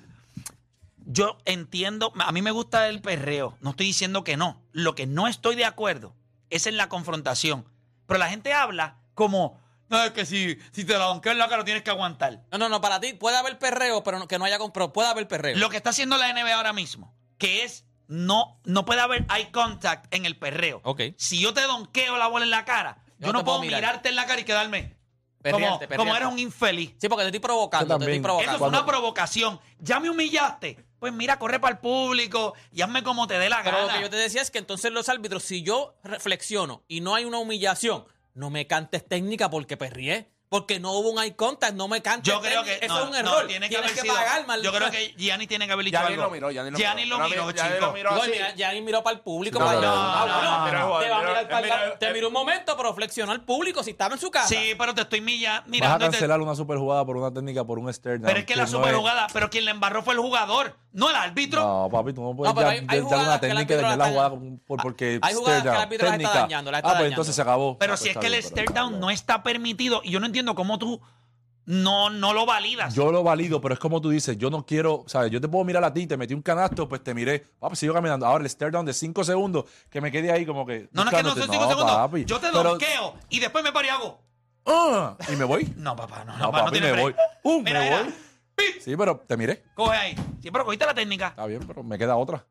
Speaker 1: Yo entiendo, a mí me gusta el perreo, no estoy diciendo que no. Lo que no estoy de acuerdo es en la confrontación. Pero la gente habla como, no, es que si, si te la donqueo en la cara tienes que aguantar.
Speaker 4: No, no, no, para ti puede haber perreo, pero no- que no haya comprado. Puede haber perreo.
Speaker 1: Lo que está haciendo la NBA ahora mismo, que es no, no puede haber eye contact en el perreo.
Speaker 4: Ok.
Speaker 1: Si yo te donqueo la bola en la cara, yo,
Speaker 4: Yo
Speaker 1: no
Speaker 4: te
Speaker 1: puedo
Speaker 4: puedo mirar.
Speaker 1: mirarte en la cara y quedarme
Speaker 4: Perrearte,
Speaker 1: como,
Speaker 4: perrearte.
Speaker 1: como eres un infeliz.
Speaker 4: Sí, porque te estoy provocando,
Speaker 2: Yo
Speaker 4: te estoy
Speaker 2: también.
Speaker 1: Eso
Speaker 4: provocando.
Speaker 1: es una provocación. Ya me humillaste. Pues mira, corre para el público y hazme como te dé la
Speaker 4: Pero lo
Speaker 1: gana.
Speaker 4: que yo te decía es que entonces los árbitros, si yo reflexiono y no hay una humillación, no me cantes técnica porque perrié. Porque no hubo un eye contact, no me cantes
Speaker 1: Yo creo que
Speaker 4: técnica. Eso
Speaker 1: no,
Speaker 4: es un
Speaker 1: no,
Speaker 4: error.
Speaker 1: tiene que
Speaker 4: Tienes
Speaker 1: haber
Speaker 4: que
Speaker 1: sido-
Speaker 4: pagar, maldito.
Speaker 1: Yo creo que Gianni tiene que haber dicho
Speaker 3: Gianni
Speaker 1: algo.
Speaker 3: lo miró, Gianni lo miró.
Speaker 1: lo
Speaker 3: No,
Speaker 1: miró,
Speaker 3: mira, Gianni
Speaker 1: chico.
Speaker 3: lo miró.
Speaker 4: Igual,
Speaker 3: así.
Speaker 4: mira, Gianni miró para el público.
Speaker 3: No,
Speaker 4: pero-
Speaker 3: no,
Speaker 1: no, no,
Speaker 4: bueno,
Speaker 1: no,
Speaker 4: pero
Speaker 3: no,
Speaker 4: te va a
Speaker 3: no,
Speaker 4: mirar para el
Speaker 3: mira,
Speaker 4: lado- Te
Speaker 3: eh,
Speaker 4: miró un momento, pero flexiona al público si estaba en su casa.
Speaker 1: Sí, pero te estoy milla,
Speaker 2: Vas a
Speaker 1: mirando. y te-
Speaker 2: cancelar una superjugada por una técnica, por un stare down,
Speaker 1: Pero es que la
Speaker 2: no
Speaker 1: superjugada, pero quien la embarró fue el jugador, no el árbitro.
Speaker 2: No, papi, tú no puedes
Speaker 4: No, pero
Speaker 2: ya,
Speaker 4: hay- hay
Speaker 2: ya- ya
Speaker 4: jugadas
Speaker 2: una
Speaker 4: que el
Speaker 2: técnica y
Speaker 4: árbitro
Speaker 2: dañar
Speaker 4: la
Speaker 2: la
Speaker 4: está-
Speaker 2: jugada por-
Speaker 1: Ah,
Speaker 2: por- porque
Speaker 4: hay jugadas que el árbitro la está
Speaker 2: técnica.
Speaker 4: dañando, la está
Speaker 2: Ah, pues
Speaker 4: dañando.
Speaker 2: entonces se acabó.
Speaker 1: Pero
Speaker 2: Ah,
Speaker 1: si es
Speaker 2: pues está
Speaker 1: que el
Speaker 2: bien, pero
Speaker 1: stare down no está permitido, y yo no entiendo cómo tú no, no lo validas.
Speaker 2: Yo lo valido, pero es como tú dices, yo no quiero, ¿sabes? Yo te puedo mirar a ti, te metí un canasto, pues te miré, papi, sigo caminando. Ahora el stare down de 5 segundos, que me quede ahí como que.
Speaker 1: no, no es que no son
Speaker 2: buscándote.
Speaker 1: cinco segundos.
Speaker 2: papi,
Speaker 1: yo te
Speaker 2: pero-
Speaker 1: donqueo y después me paro y hago.
Speaker 2: ¡Ah! Y me voy.
Speaker 1: No, papá, no, no,
Speaker 2: No,
Speaker 1: papá, no
Speaker 2: papi,
Speaker 1: tiene
Speaker 2: me
Speaker 1: break.
Speaker 2: voy. Uh, me
Speaker 1: Mira, mira,
Speaker 2: voy. Sí, pero te miré.
Speaker 1: Coge ahí. Sí, pero cogiste la técnica.
Speaker 2: Está bien, pero me queda otra.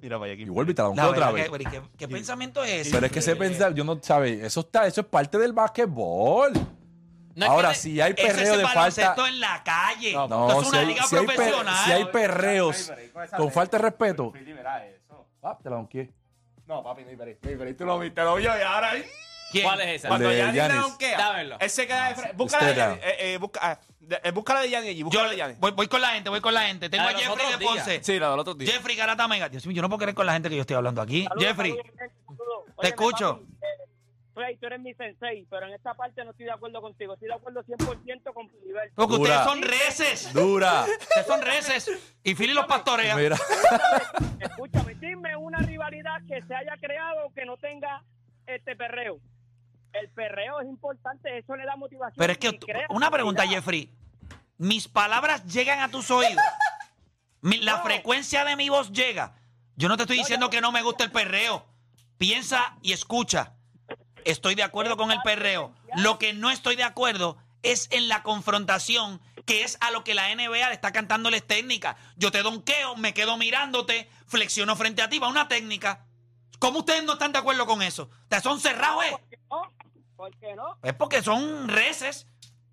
Speaker 3: Mira, vaya aquí.
Speaker 2: Y vuelvo y te la
Speaker 1: La
Speaker 2: donkeo otra
Speaker 1: verdad
Speaker 2: vez.
Speaker 1: que, pero, ¿y ¿Qué, qué pensamiento es ese?
Speaker 2: Pero es que se pensar, yo no, ¿sabes? Eso está, eso es parte del básquetbol.
Speaker 4: No es que
Speaker 2: Ahora,
Speaker 4: te-
Speaker 2: si hay
Speaker 1: Eso es
Speaker 2: perreo de falta.
Speaker 1: baloncesto en la calle. No,
Speaker 2: No,
Speaker 1: es
Speaker 2: si,
Speaker 1: una
Speaker 2: hay,
Speaker 1: liga
Speaker 2: si hay per-
Speaker 1: profesional.
Speaker 2: si hay perreos con falta de respeto.
Speaker 3: Fili, mira eso.
Speaker 2: Ah, te la donqué.
Speaker 3: No, papi, no hay break. No hay break. Tú lo viste, lo vio y ahora ahí.
Speaker 1: ¿Quién?
Speaker 4: ¿Cuál es esa?
Speaker 2: El
Speaker 3: Cuando
Speaker 2: de
Speaker 3: Yanni le
Speaker 2: Giannis.
Speaker 3: donquea,
Speaker 4: Dámelo.
Speaker 3: Él se queda de frente. Búscala de
Speaker 2: Stare
Speaker 3: Yanni. Eh, eh, busca, ah, de- eh, búscala de Yanni allí.
Speaker 1: Yo
Speaker 3: Búscala de Yanni.
Speaker 1: voy, voy con la gente, voy con la gente. Tengo
Speaker 4: La
Speaker 1: a
Speaker 4: de los
Speaker 1: Jeffrey de
Speaker 4: otros días.
Speaker 1: Ponce.
Speaker 3: Sí, la del otro día.
Speaker 1: Jeffrey Garata Mega. Dios mío, yo no puedo creer con la gente que yo estoy hablando aquí.
Speaker 7: Saludos,
Speaker 1: Jeffrey.
Speaker 7: saludos, gente, saludos.
Speaker 1: Te
Speaker 7: Óyeme,
Speaker 1: escucho.
Speaker 7: papi, eh, Frey, tú eres mi sensei, pero en esta parte no estoy de acuerdo contigo. Estoy de acuerdo 100% con Filiberto.
Speaker 1: Porque
Speaker 2: Dura.
Speaker 1: ustedes son reces.
Speaker 2: Dura.
Speaker 1: Ustedes son reces. Y Philly los pastorea.
Speaker 2: Mira.
Speaker 7: Escúchame, dime una rivalidad que se haya creado que no tenga este perreo. El perreo es importante, eso le da motivación.
Speaker 1: Pero es
Speaker 7: y
Speaker 1: que tú-
Speaker 7: crea
Speaker 1: una pregunta,
Speaker 7: rivalidad.
Speaker 1: Jeffrey. Mis palabras llegan a tus oídos. Mi- la frecuencia de mi voz llega. Yo no te estoy diciendo que no me gusta el perreo. Piensa y escucha. Estoy de acuerdo con el perreo. Lo que no estoy de acuerdo es en la confrontación, que es a lo que la NBA le está cantándoles técnica. Yo te donqueo, me quedo mirándote, flexiono frente a ti, va una técnica. ¿Cómo ustedes no están de acuerdo con eso? ¿Te son cerrados, eh?
Speaker 7: ¿Por qué no? ¿Por qué no?
Speaker 1: Es porque son reces.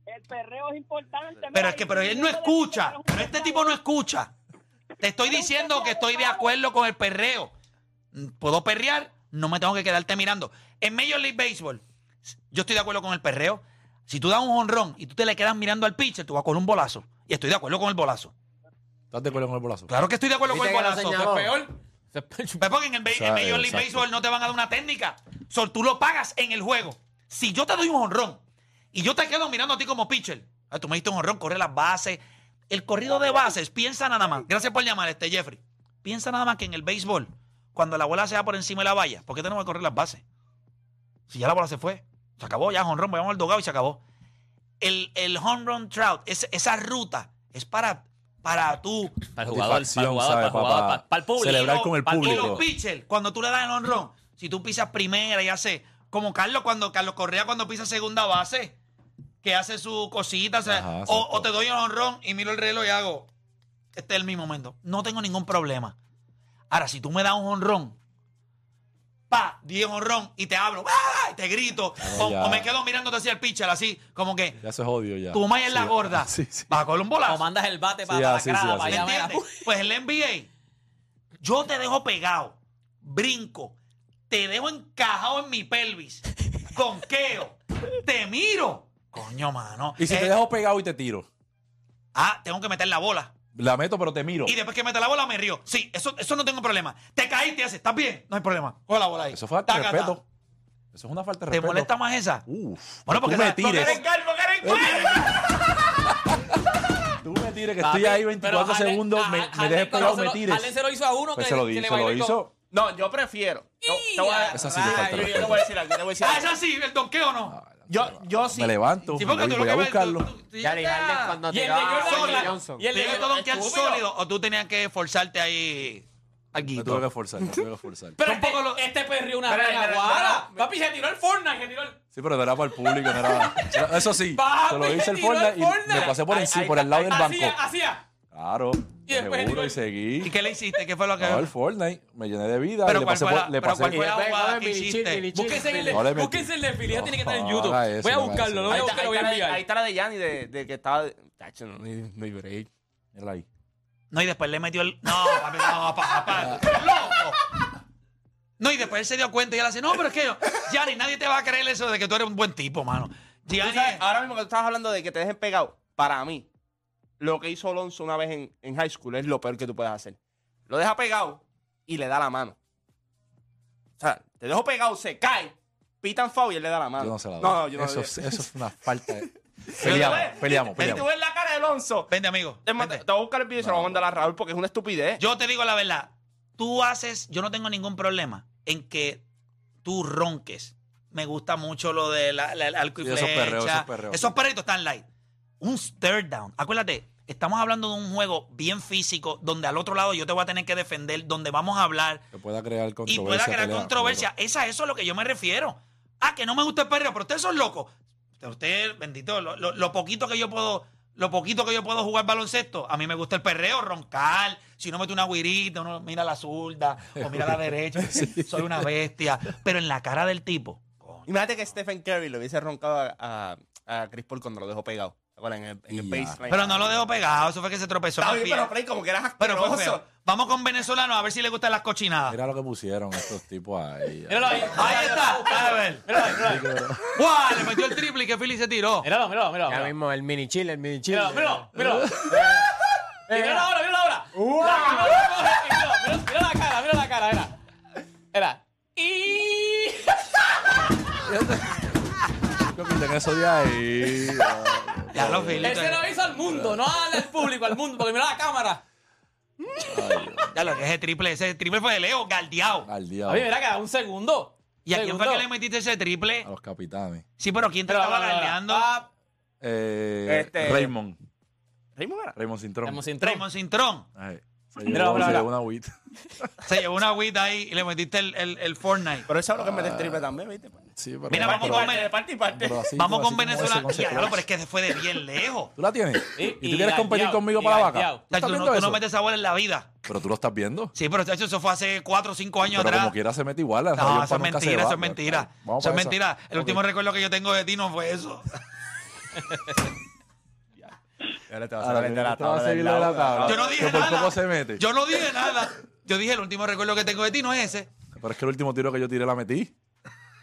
Speaker 7: El perreo es importante.
Speaker 1: Pero
Speaker 7: mira,
Speaker 1: es que
Speaker 7: y
Speaker 1: pero
Speaker 7: si
Speaker 1: él
Speaker 7: tú
Speaker 1: no
Speaker 7: le dices
Speaker 1: escucha.
Speaker 7: que eres un
Speaker 1: Pero este tipo no escucha. Te estoy diciendo que estoy de acuerdo con el perreo. Puedo perrear, no me tengo que quedarte mirando. En Major League Baseball, yo estoy de acuerdo con el perreo. Si tú das un honrón y tú te le quedas mirando al pitcher, tú vas con un bolazo. Y estoy de acuerdo con el bolazo.
Speaker 2: Estás de acuerdo con el bolazo.
Speaker 1: Claro que estoy de acuerdo con el
Speaker 5: ¿Viste que lo
Speaker 1: bolazo.
Speaker 5: señaló?
Speaker 4: Peor.
Speaker 1: Pues porque en el ba- en
Speaker 2: sea,
Speaker 1: Major League
Speaker 2: exacto.
Speaker 1: Baseball no te van a dar una técnica. Sol, tú lo pagas en el juego. Si yo te doy un honrón y yo te quedo mirando a ti como pitcher, ah, tú me diste un honrón, corre las bases. El corrido de bases, piensa nada más. Gracias por llamar, este Jeffrey. Piensa nada más que en el béisbol, cuando la bola se va por encima de la valla, ¿por qué tenemos que correr las bases? Si ya la bola se fue, se acabó, ya honrón, vamos al dogado y se acabó. El, el home run trout, es- esa ruta es para, para tú.
Speaker 4: Para el jugador, para
Speaker 2: Satisfacción,
Speaker 4: el jugador, para el
Speaker 2: ¿sabe,
Speaker 4: jugador,
Speaker 2: papá?
Speaker 4: para, para el público.
Speaker 2: Celebrar con el
Speaker 4: para
Speaker 1: Y
Speaker 2: público.
Speaker 1: los pitchers, cuando tú le das el honrón, si tú pisas primera y hace, como Carlos, cuando Carlos Correa cuando pisa segunda base, que hace su cosita, o sea,
Speaker 2: Ajá,
Speaker 1: o,
Speaker 2: exacto.
Speaker 1: o te doy el honrón y miro el reloj y hago, este es mi momento. No tengo ningún problema. Ahora, si tú me das un honrón, pa, 10 honrón y te hablo, ¡ah! y te grito,
Speaker 2: Claro,
Speaker 1: o,
Speaker 2: ya.
Speaker 1: o me quedo mirándote hacia el pitcher, así, como que,
Speaker 2: Ya se jodió ya.
Speaker 1: tú más en la
Speaker 2: Sí,
Speaker 1: gorda,
Speaker 2: Sí, sí.
Speaker 1: vas a coger un bolazo.
Speaker 4: O mandas el bate para
Speaker 2: Sí, así, sí,
Speaker 4: para la grada,
Speaker 2: así.
Speaker 4: para
Speaker 1: ¿Me
Speaker 4: allá, mira,
Speaker 1: entiendes? Pues el NBA, yo te dejo pegado, brinco, te dejo encajado en mi pelvis, conqueo, te miro. Coño, mano.
Speaker 2: Y si te
Speaker 1: Eh,
Speaker 2: dejo pegado y te tiro.
Speaker 1: Ah, tengo que meter la bola.
Speaker 2: La meto, pero te miro.
Speaker 1: Y después que mete la bola me río. Sí, eso, eso no tengo problema. Te caíste y haces, ¿estás bien? No hay problema. Coge la bola ahí.
Speaker 2: Eso fue falta de
Speaker 1: Taca,
Speaker 2: respeto.
Speaker 1: taca.
Speaker 2: Eso es una falta de
Speaker 1: ¿Te
Speaker 2: respeto.
Speaker 1: molesta más esa?
Speaker 2: Uf.
Speaker 1: Bueno, porque
Speaker 2: tú me
Speaker 1: sabes- porque
Speaker 2: tires.
Speaker 1: eres gal, porque eres gal.
Speaker 2: Tú me tires, que estoy ahí 24 segundos,
Speaker 1: ah,
Speaker 2: me, me dejes pegado, me
Speaker 4: Allen
Speaker 2: tires.
Speaker 4: se lo hizo a uno
Speaker 2: Pues
Speaker 4: que
Speaker 2: se lo
Speaker 4: que
Speaker 2: di,
Speaker 4: le
Speaker 2: se lo
Speaker 4: bailó y todo.
Speaker 2: hizo.
Speaker 3: No, yo prefiero. Yo, te voy a,
Speaker 2: Esa sí te falta
Speaker 3: Ay, yo- yo
Speaker 2: respeto.
Speaker 3: te voy a decir algo, yo te voy a decir
Speaker 1: Ah,
Speaker 3: algo.
Speaker 1: esa sí, el donqueo no.
Speaker 2: Ah,
Speaker 3: Yo, yo sí.
Speaker 2: Me levanto,
Speaker 1: Sí,
Speaker 2: me
Speaker 1: porque
Speaker 2: voy,
Speaker 1: tú lo
Speaker 2: voy
Speaker 1: que
Speaker 2: a
Speaker 1: ves-
Speaker 2: buscarlo.
Speaker 1: tú- "Ah, tú- tú-
Speaker 5: Gary Harden cuando
Speaker 4: Y el de
Speaker 5: tiraba a
Speaker 4: Jordan
Speaker 5: Magic
Speaker 4: Bryant.
Speaker 5: Johnson.
Speaker 4: Y el de
Speaker 1: Tienes que
Speaker 4: Jordan
Speaker 1: donkear
Speaker 4: estúpido.
Speaker 1: sólido o tú tenías que forzarte ahí
Speaker 2: Me
Speaker 1: alguito.
Speaker 2: tuve que forzar, me tuve que forzar.
Speaker 4: Pero
Speaker 1: Son
Speaker 4: este,
Speaker 1: poco los-
Speaker 4: este perrió una
Speaker 3: Pero,
Speaker 4: raya
Speaker 3: pero,
Speaker 4: guara.
Speaker 3: pero-
Speaker 4: Papi se tiró el Fortnite, se tiró el...
Speaker 2: Sí, pero no era para el público, no era. era- Eso sí,
Speaker 4: Papi,
Speaker 2: se lo hice el
Speaker 4: tiró el
Speaker 2: Fortnite y
Speaker 4: Fortnite.
Speaker 2: me pasé por
Speaker 3: Ahí-
Speaker 2: encima,
Speaker 3: ahí-
Speaker 2: por el lado del banco.
Speaker 4: Hacía, hacía.
Speaker 2: Claro,
Speaker 4: Y después
Speaker 2: seguro
Speaker 4: tiró
Speaker 2: y
Speaker 4: el-
Speaker 1: ¿Y
Speaker 2: seguí.
Speaker 1: qué le hiciste? ¿Qué fue lo que.?
Speaker 2: No, el Fortnite, me llené de vida
Speaker 1: Pero
Speaker 2: y le
Speaker 1: ¿cuál
Speaker 2: pasé
Speaker 1: fue la-
Speaker 2: por. Le
Speaker 1: pero
Speaker 2: pasé
Speaker 1: cuál fue
Speaker 5: Y
Speaker 1: la
Speaker 5: después,
Speaker 1: jugada
Speaker 5: no,
Speaker 1: que
Speaker 5: mili chip,
Speaker 1: hiciste?
Speaker 5: mili chip,
Speaker 4: Búsquense el,
Speaker 5: mili
Speaker 4: de-
Speaker 2: No le metí.
Speaker 4: búsquense el de Filipe,
Speaker 2: No,
Speaker 4: tiene que estar en
Speaker 2: no
Speaker 4: YouTube.
Speaker 2: haga eso,
Speaker 4: voy a
Speaker 2: no haga
Speaker 4: buscarlo,
Speaker 2: eso.
Speaker 4: lo voy
Speaker 3: Ahí
Speaker 4: a
Speaker 3: está,
Speaker 4: buscar, lo voy
Speaker 3: ahí
Speaker 4: a
Speaker 3: está la-
Speaker 4: enviar.
Speaker 3: ahí está la de Yanni de, de que estaba. Tacho, no, hay- no hay break.
Speaker 2: Mírala ahí.
Speaker 1: No, y después le metió el. No, papi, no, papá, loco. No, y después él se dio cuenta y él hace, no, pero es que yo, Gianni, nadie te va a creer eso de que tú eres un buen tipo, mano. Gianni,
Speaker 3: Tú sabes,
Speaker 2: ah,
Speaker 3: ahora mismo que tú estabas hablando de que te dejen pegado, para mí, lo que hizo Alonso una vez en, en high school es lo peor que tú puedes hacer. Lo deja pegado y le da la mano. O sea, te dejo pegado, se cae, pitan foul y él le da la mano.
Speaker 2: Yo no se la doy.
Speaker 3: Ah. No, no, yo no
Speaker 2: eso,
Speaker 3: le-
Speaker 2: es- eso es una falta de.
Speaker 3: Yo te
Speaker 2: Peleamos,
Speaker 3: voy-
Speaker 2: peleamos,
Speaker 3: Y tú
Speaker 2: peleamos.
Speaker 3: ves la cara de Alonso.
Speaker 1: vente, amigo.
Speaker 3: Es más,
Speaker 1: vente.
Speaker 3: Te te voy a buscar el video y se lo voy a mandar a Raúl porque es una estupidez.
Speaker 1: Yo te digo la verdad. Tú haces, yo no tengo ningún problema en que tú ronques. Me gusta mucho lo de la, la- el arco y
Speaker 2: Sí, esos
Speaker 1: flecha.
Speaker 2: perreos, esos perreos.
Speaker 1: Esos perritos están light. Un third down. Acuérdate, estamos hablando de un juego bien físico donde al otro lado yo te voy a tener que defender, donde vamos a hablar
Speaker 2: Que pueda crear
Speaker 1: y
Speaker 2: controversia.
Speaker 1: pueda crear
Speaker 2: pelea,
Speaker 1: controversia. Esa, eso es a lo que yo me refiero. Ah, que no me gusta el perreo, pero ustedes son locos. Usted, bendito, lo, lo- lo poquito que yo puedo, lo poquito que yo puedo jugar baloncesto, a mí me gusta el perreo, roncar. Si uno mete una guirita, uno mira la zurda o mira la derecha. Soy una bestia. Pero en la cara del tipo, coño,
Speaker 3: Imagínate que Stephen Curry le hubiese roncado a, a, a Chris Paul cuando lo dejó pegado. ¿Te acuerdas? En el, en
Speaker 2: Ya.
Speaker 3: el baseline.
Speaker 1: Pero no lo dejo pegado, eso fue que se tropezó.
Speaker 3: Está
Speaker 1: en la
Speaker 3: bien, pero
Speaker 1: pierna.
Speaker 3: Frank, como que eras
Speaker 1: Pero fue
Speaker 3: asqueroso.
Speaker 1: feo. Vamos con venezolanos a ver si le gustan las cochinadas.
Speaker 2: Mira lo que pusieron estos tipos ahí.
Speaker 4: Míralo ahí.
Speaker 1: Ahí está. A ver.
Speaker 4: Míralo ahí, míralo ahí.
Speaker 1: ¡Guau! Le metió el triple y que Philly se tiró.
Speaker 4: Míralo, míralo, míralo.
Speaker 5: Ya
Speaker 4: míralo.
Speaker 5: mismo el mini chill, el mini chill.
Speaker 4: Míralo, míralo, míralo. Y
Speaker 3: Eh.
Speaker 4: Míralo ahora, míralo ahora. La cámara lo coge y míralo, míralo, Mira la cara, mira la cara, era. Era. Y.
Speaker 2: Yo quiten eso de ahí.
Speaker 1: Ya lo Philly.
Speaker 4: Él se lo hizo al mundo, no al público, al mundo, porque mira la cámara.
Speaker 1: Ya lo que ese triple, ese triple fue de Leo, galdeado.
Speaker 2: Al
Speaker 4: A mí,
Speaker 2: diablo.
Speaker 4: mira que da un segundo.
Speaker 1: ¿Y a quién fue
Speaker 4: Segundo.
Speaker 1: que le metiste ese triple?
Speaker 2: A los capitanes.
Speaker 1: Sí, pero ¿quién te
Speaker 4: Pero,
Speaker 1: estaba
Speaker 4: pero, pero,
Speaker 1: galdeando?
Speaker 4: ah,
Speaker 2: Eh,
Speaker 3: Este-
Speaker 2: Raymond.
Speaker 3: Raymond era.
Speaker 2: Raymond Cintrón.
Speaker 4: Estamos sin tron.
Speaker 1: Raymond Cintrón.
Speaker 2: Ay, Se
Speaker 4: Mira,
Speaker 2: llevó,
Speaker 4: mira,
Speaker 2: se
Speaker 4: mira.
Speaker 2: llevó una agüita.
Speaker 1: Se llevó una agüita ahí y le metiste el, el- el Fortnite.
Speaker 3: Pero eso es lo que
Speaker 2: Ah.
Speaker 3: mete el triple también, ¿viste? Pues,
Speaker 2: Sí, pero,
Speaker 1: Mira, vamos
Speaker 3: Parte y
Speaker 2: pero-
Speaker 1: con-
Speaker 3: parte, parte y parte.
Speaker 2: pero así,
Speaker 1: Vamos
Speaker 2: así
Speaker 1: con
Speaker 2: como ese
Speaker 1: Venezuela.
Speaker 2: con
Speaker 1: Ya,
Speaker 2: secuencia.
Speaker 1: no, pero es que se fue de bien lejos.
Speaker 2: ¿Tú la tienes?
Speaker 4: Y-
Speaker 2: ¿Y,
Speaker 4: y
Speaker 2: tú quieres competir
Speaker 4: galdeado,
Speaker 2: conmigo
Speaker 4: y
Speaker 2: para la vaca?
Speaker 4: galdeado.
Speaker 1: O
Speaker 2: ¿Tú
Speaker 1: sea,
Speaker 2: estás
Speaker 1: tú, no,
Speaker 2: viendo
Speaker 1: tú no
Speaker 2: eso?
Speaker 1: metes esa bola en la vida.
Speaker 2: Pero tú lo estás viendo.
Speaker 1: Sí, pero chacho, eso fue hace 4 o 5 años
Speaker 2: Pero
Speaker 1: atrás.
Speaker 2: como quiera se mete igual. la
Speaker 1: no,
Speaker 2: Rayon
Speaker 1: eso
Speaker 2: pa'
Speaker 1: es
Speaker 2: nunca se
Speaker 1: mentira,
Speaker 2: va.
Speaker 1: eso es mentira.
Speaker 2: Vamos
Speaker 1: Eso es
Speaker 2: para esa.
Speaker 1: mentira. El
Speaker 2: Ok.
Speaker 1: último recuerdo que yo tengo de ti no fue eso.
Speaker 3: Ahora te
Speaker 2: Ahora
Speaker 3: meter
Speaker 2: te vas a seguir lo de la tabla.
Speaker 1: Yo no dije
Speaker 2: Ah, Que por
Speaker 1: nada.
Speaker 2: poco se mete.
Speaker 1: Yo no dije nada. Yo dije, el último recuerdo que tengo de ti no es ese.
Speaker 2: Pero es que el último tiro que yo tiré la metí.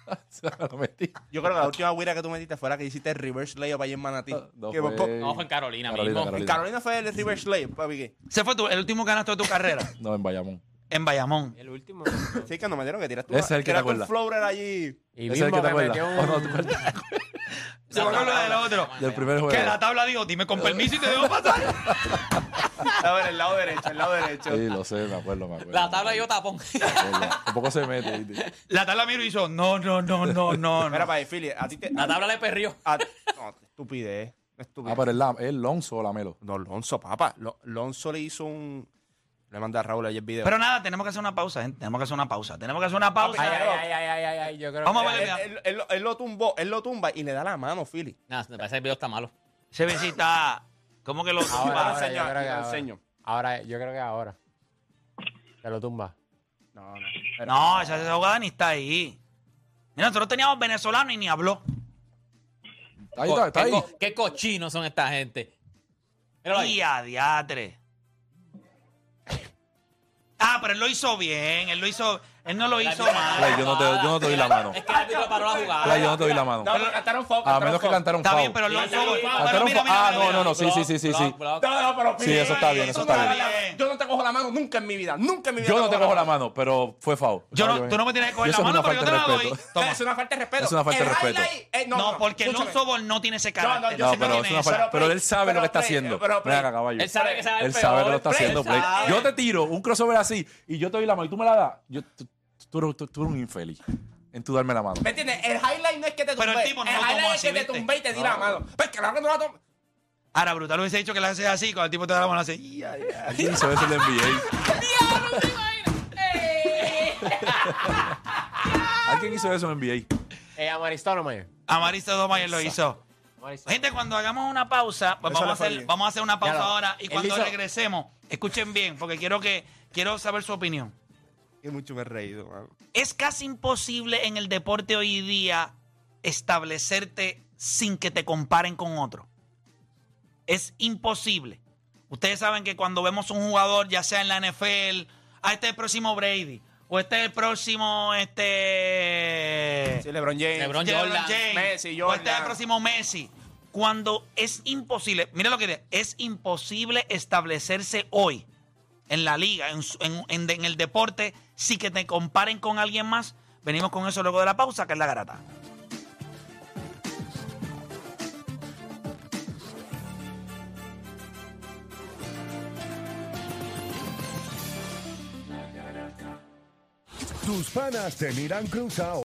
Speaker 2: la metí.
Speaker 3: Yo creo que la última güira que tú metiste fue la que hiciste el reverse layup ahí en Manatí.
Speaker 2: Ah, No,
Speaker 3: Que
Speaker 2: fue-
Speaker 3: po-
Speaker 4: No, fue en
Speaker 2: Carolina,
Speaker 4: Carolina, mismo.
Speaker 2: Carolina.
Speaker 3: en Carolina fue el reverse layup, papi. que-
Speaker 1: Ese fue tu- el último canasto de tu carrera
Speaker 2: No, en Bayamón.
Speaker 1: en Bayamón.
Speaker 5: El último.
Speaker 3: Sí, que no me dieron que tiraste
Speaker 2: Ese es el que te
Speaker 3: era con
Speaker 2: acuerdas.
Speaker 3: floater allí.
Speaker 5: Y
Speaker 2: Ese es el
Speaker 5: mismo
Speaker 2: que te
Speaker 5: que
Speaker 2: acuerdas.
Speaker 5: metió
Speaker 2: Oh, no,
Speaker 5: un...
Speaker 2: tú-
Speaker 1: Se va con lo del otro.
Speaker 2: Del primer juego.
Speaker 1: Que la tabla dijo, dime con permiso y te dejo pasar.
Speaker 3: A ver, el lado derecho, el lado derecho.
Speaker 2: Sí, lo sé, me acuerdo, me acuerdo.
Speaker 4: La tabla yo tapón.
Speaker 2: Tampoco se mete. ¿viste?
Speaker 1: La tabla miro y hizo, no, no, no, no, no.
Speaker 3: Mira,
Speaker 1: no.
Speaker 3: para ahí, Philly, a ti te.
Speaker 4: La tabla le perrió.
Speaker 3: a- no, qué estupidez. qué estupidez.
Speaker 2: Ah, pero es, la, es Lonzo o Lamelo.
Speaker 3: No, Lonzo, papá. Lo- Lonzo le hizo un. Le mandé a Raúl ayer el video.
Speaker 1: Pero nada, tenemos que hacer una pausa, gente. Tenemos que hacer una pausa. Tenemos que hacer una pausa.
Speaker 5: Ay, ay, ay, ay, ay, ay, yo creo
Speaker 1: Vamos
Speaker 5: que-
Speaker 1: a ver.
Speaker 3: él, él- él lo- él lo tumbó, él lo tumba y le da la mano, Philly.
Speaker 4: Nah, me parece que el video está malo.
Speaker 1: Se visita. ¿Cómo que lo
Speaker 5: Ahora,
Speaker 3: Ahora
Speaker 5: ahora,
Speaker 3: enseño,
Speaker 5: yo creo
Speaker 3: aquí
Speaker 5: que
Speaker 3: lo
Speaker 5: ahora.
Speaker 3: enseño.
Speaker 5: Ahora, yo creo que ahora. Te lo tumba.
Speaker 3: No, no. Pero-
Speaker 1: No, esa, esa jugada ni está ahí. Mira, nosotros teníamos venezolano y ni habló.
Speaker 2: Ahí está, está
Speaker 4: ¿Qué,
Speaker 2: ahí.
Speaker 4: co- qué cochinos son esta gente. Míralo ahí.
Speaker 1: Y a diatre. Ah, pero él lo hizo bien. Él lo hizo. Él no lo hizo mal.
Speaker 2: Play, yo no te, yo no te doy la mano.
Speaker 4: Es que el árbitro paró la jugada.
Speaker 2: Play, yo no te doy la mano.
Speaker 3: No, pero cantaron foul,
Speaker 2: A
Speaker 3: cantaron
Speaker 2: menos que
Speaker 3: foul.
Speaker 2: cantaron
Speaker 1: Está bien,
Speaker 2: foul.
Speaker 1: pero lo hizo.
Speaker 4: Cantaron
Speaker 1: Pero
Speaker 2: Cantaron
Speaker 1: mira, mira,
Speaker 2: foul. Ah,
Speaker 1: mira,
Speaker 2: no,
Speaker 1: mira.
Speaker 2: no, no, sí, sí, sí, sí. sí.
Speaker 4: Block, block.
Speaker 3: No, no, pero
Speaker 2: Sí, eso está bien, eso
Speaker 3: tú no
Speaker 2: está
Speaker 3: me das
Speaker 1: bien.
Speaker 3: la- Yo no te cojo la mano nunca en mi vida, nunca en mi vida.
Speaker 2: Yo no te cojo la mano, pero fue foul.
Speaker 1: Yo no, tú no me tienes que coger
Speaker 2: Y
Speaker 1: la
Speaker 2: eso es
Speaker 1: mano,
Speaker 2: una
Speaker 1: pero yo te la
Speaker 2: falta de
Speaker 1: doy.
Speaker 2: respeto.
Speaker 1: Toma.
Speaker 3: Es una falta de respeto.
Speaker 2: Es una falta de
Speaker 3: El
Speaker 2: respeto.
Speaker 3: highlight- eh,
Speaker 1: No, porque
Speaker 3: escúchame.
Speaker 1: Lonzo Ball no tiene ese carácter.
Speaker 3: no, yo
Speaker 1: Ese
Speaker 2: No,
Speaker 3: sé que
Speaker 2: pero
Speaker 3: no
Speaker 1: tiene
Speaker 2: es una
Speaker 1: eso.
Speaker 2: falta.
Speaker 3: pero
Speaker 2: Pero
Speaker 3: Play,
Speaker 2: él sabe lo
Speaker 3: pero
Speaker 2: que está
Speaker 3: Play,
Speaker 2: haciendo.
Speaker 3: pero Play.
Speaker 2: Mira, caballo.
Speaker 4: Él sabe que se va a ver
Speaker 2: Él sabe que
Speaker 4: peor.
Speaker 2: lo está
Speaker 4: Él
Speaker 2: haciendo, Play.
Speaker 4: sabe.
Speaker 2: Yo te tiro un crossover así y yo te doy la mano y tú me la das. Yo, tú, tú eres- tú- tú eres un infeliz en tú darme la mano.
Speaker 3: ¿Me entiendes? El highlight no es que te
Speaker 1: Pero el
Speaker 3: tumbe.
Speaker 1: tipo no lo tomó
Speaker 3: highlight es
Speaker 1: así,
Speaker 3: que te
Speaker 1: ¿viste?
Speaker 3: tumbe y te di la mano. Pues claro que no la tomé.
Speaker 1: Ahora, brutal, hubiese dicho que le haces así. Cuando el tipo te da la mano, hace. "Ya, ya".
Speaker 2: Alguien hizo eso en el NBA. Alguien hizo eso en el NBA.
Speaker 5: Eh, Amaristón, Mayer.
Speaker 1: Amaristo Domayer lo hizo.
Speaker 5: Amaristón.
Speaker 1: Gente, cuando hagamos una pausa, pues
Speaker 3: Eso
Speaker 1: vamos a,
Speaker 3: le fue
Speaker 1: hacer,
Speaker 3: bien.
Speaker 1: vamos a hacer una pausa
Speaker 5: Ya lo-
Speaker 1: ahora y
Speaker 5: él
Speaker 1: cuando
Speaker 5: hizo-
Speaker 1: regresemos, escuchen bien, porque quiero que quiero saber su opinión.
Speaker 3: Que mucho me he reído, mano.
Speaker 1: Es casi imposible en el deporte hoy día establecerte sin que te comparen con otro. Es imposible. Ustedes saben que cuando vemos un jugador, ya sea en la NFL, ah, este es el próximo Brady, o este es el próximo, este...
Speaker 3: Sí, LeBron James.
Speaker 4: LeBron
Speaker 1: LeBron
Speaker 4: Jordan,
Speaker 1: James,
Speaker 3: Messi,
Speaker 1: o este
Speaker 3: Jordan.
Speaker 1: próximo Messi. Cuando es imposible, mira lo que dice, es imposible establecerse hoy en la liga, en, su- en- en- en el deporte, si que te comparen con alguien más. Venimos con eso luego de la pausa, que es la garata.
Speaker 8: Tus panas te miran cruzado.